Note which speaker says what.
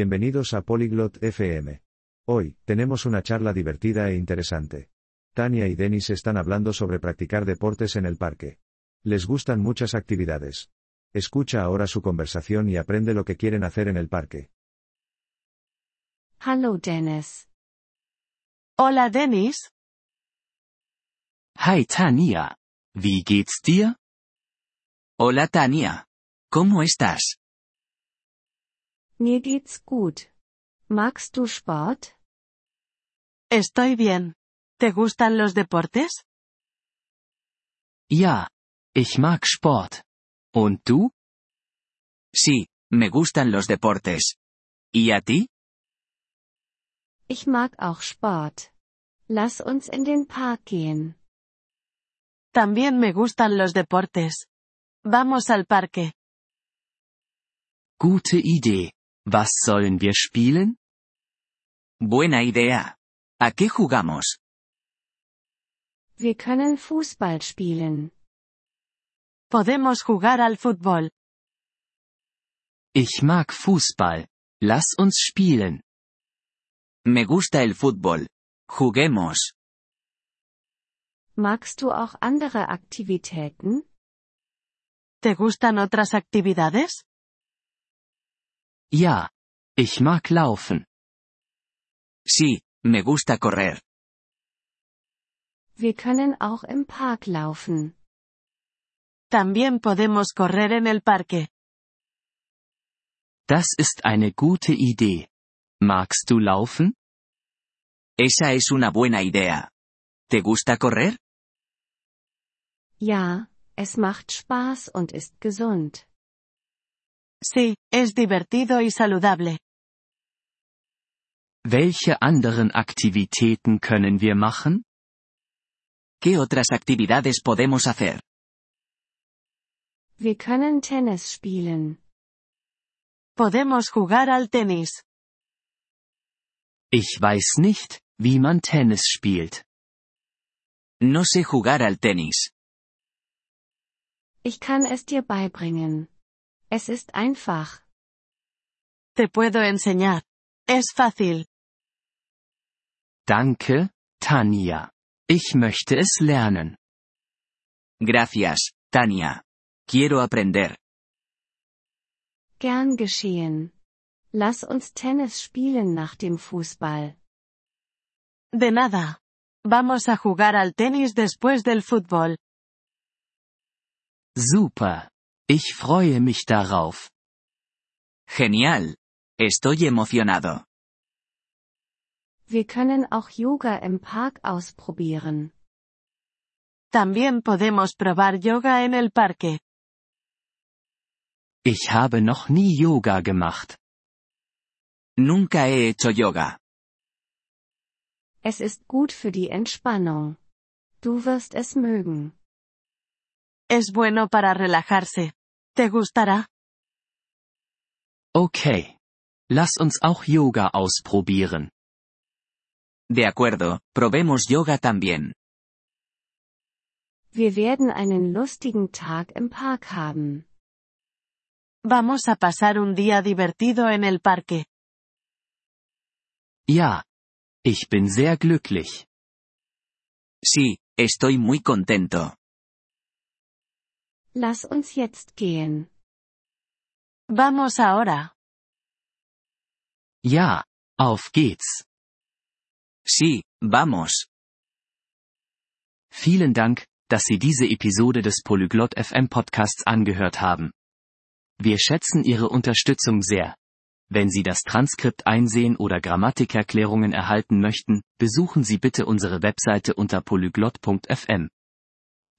Speaker 1: Bienvenidos a Polyglot FM. Hoy, tenemos una charla divertida e interesante. Tania y Denis están hablando sobre practicar deportes en el parque. Les gustan muchas actividades. Escucha ahora su conversación y aprende lo que quieren hacer en el parque.
Speaker 2: Hallo Dennis.
Speaker 3: Hola Dennis,
Speaker 4: Hi Tania. Wie geht's dir? Hola Tania. ¿Cómo estás?
Speaker 2: Mir geht's gut. Magst du Sport?
Speaker 3: estoy bien. ¿Te gustan los deportes?
Speaker 4: Ja. Ich mag Sport. ¿Und du? Sí, me gustan los deportes. ¿Y a ti?
Speaker 2: Ich mag auch Sport. Lass uns in den Park gehen.
Speaker 3: También me gustan los deportes. Vamos al parque.
Speaker 4: Gute Idee. Was sollen wir spielen? Buena idea. ¿A qué jugamos?
Speaker 2: Wir können Fußball spielen.
Speaker 3: Podemos jugar al fútbol.
Speaker 4: Ich mag Fußball. Lass uns spielen. Me gusta el fútbol. Juguemos.
Speaker 2: Magst du auch andere Aktivitäten?
Speaker 3: ¿Te gustan otras actividades?
Speaker 4: Ja. Ich mag laufen. Sí, me gusta correr.
Speaker 2: Wir können auch im Park laufen.
Speaker 3: También podemos correr en el parque.
Speaker 4: Das ist eine gute Idee. Magst du laufen? Esa es una buena idea. ¿Te gusta correr?
Speaker 2: Ja, es macht Spaß und ist gesund.
Speaker 3: Sí, es divertido y saludable.
Speaker 4: Welche anderen Aktivitäten können wir machen? ¿Qué otras actividades podemos hacer?
Speaker 2: Wir können Tennis spielen.
Speaker 3: Podemos jugar al tenis.
Speaker 4: Ich weiß nicht, wie man Tennis spielt. No sé jugar al tenis.
Speaker 2: Ich kann es dir beibringen. Es ist einfach.
Speaker 3: Te puedo enseñar. Es fácil.
Speaker 4: Danke, Tanja. Ich möchte es lernen. Gracias, Tania. Quiero aprender.
Speaker 2: Gern geschehen. Lass uns Tennis spielen nach dem Fußball.
Speaker 3: De nada. Vamos a jugar al tenis después del fútbol.
Speaker 4: Super. Ich freue mich darauf. Genial. Estoy emocionado.
Speaker 2: Wir können auch Yoga im Park ausprobieren.
Speaker 3: También podemos probar yoga en el parque.
Speaker 4: Ich habe noch nie Yoga gemacht. Nunca he hecho yoga.
Speaker 2: Es ist gut für die Entspannung. Du wirst es mögen.
Speaker 3: Es bueno para relajarse. ¿Te gustará?
Speaker 4: Okay. Lass uns auch Yoga ausprobieren. De acuerdo, probemos yoga también.
Speaker 2: Wir werden einen lustigen Tag im Park haben.
Speaker 3: Vamos a pasar un día divertido en el parque.
Speaker 4: Ja. Ich bin sehr glücklich. Sí, estoy muy contento.
Speaker 2: Lass uns jetzt gehen.
Speaker 3: Vamos ahora.
Speaker 4: Ja, auf geht's. Sí, vamos. Vielen Dank, dass Sie diese Episode des Polyglot FM Podcasts angehört haben. Wir schätzen Ihre Unterstützung sehr. Wenn Sie das Transkript einsehen oder Grammatikerklärungen erhalten möchten, besuchen Sie bitte unsere Webseite unter polyglot.fm.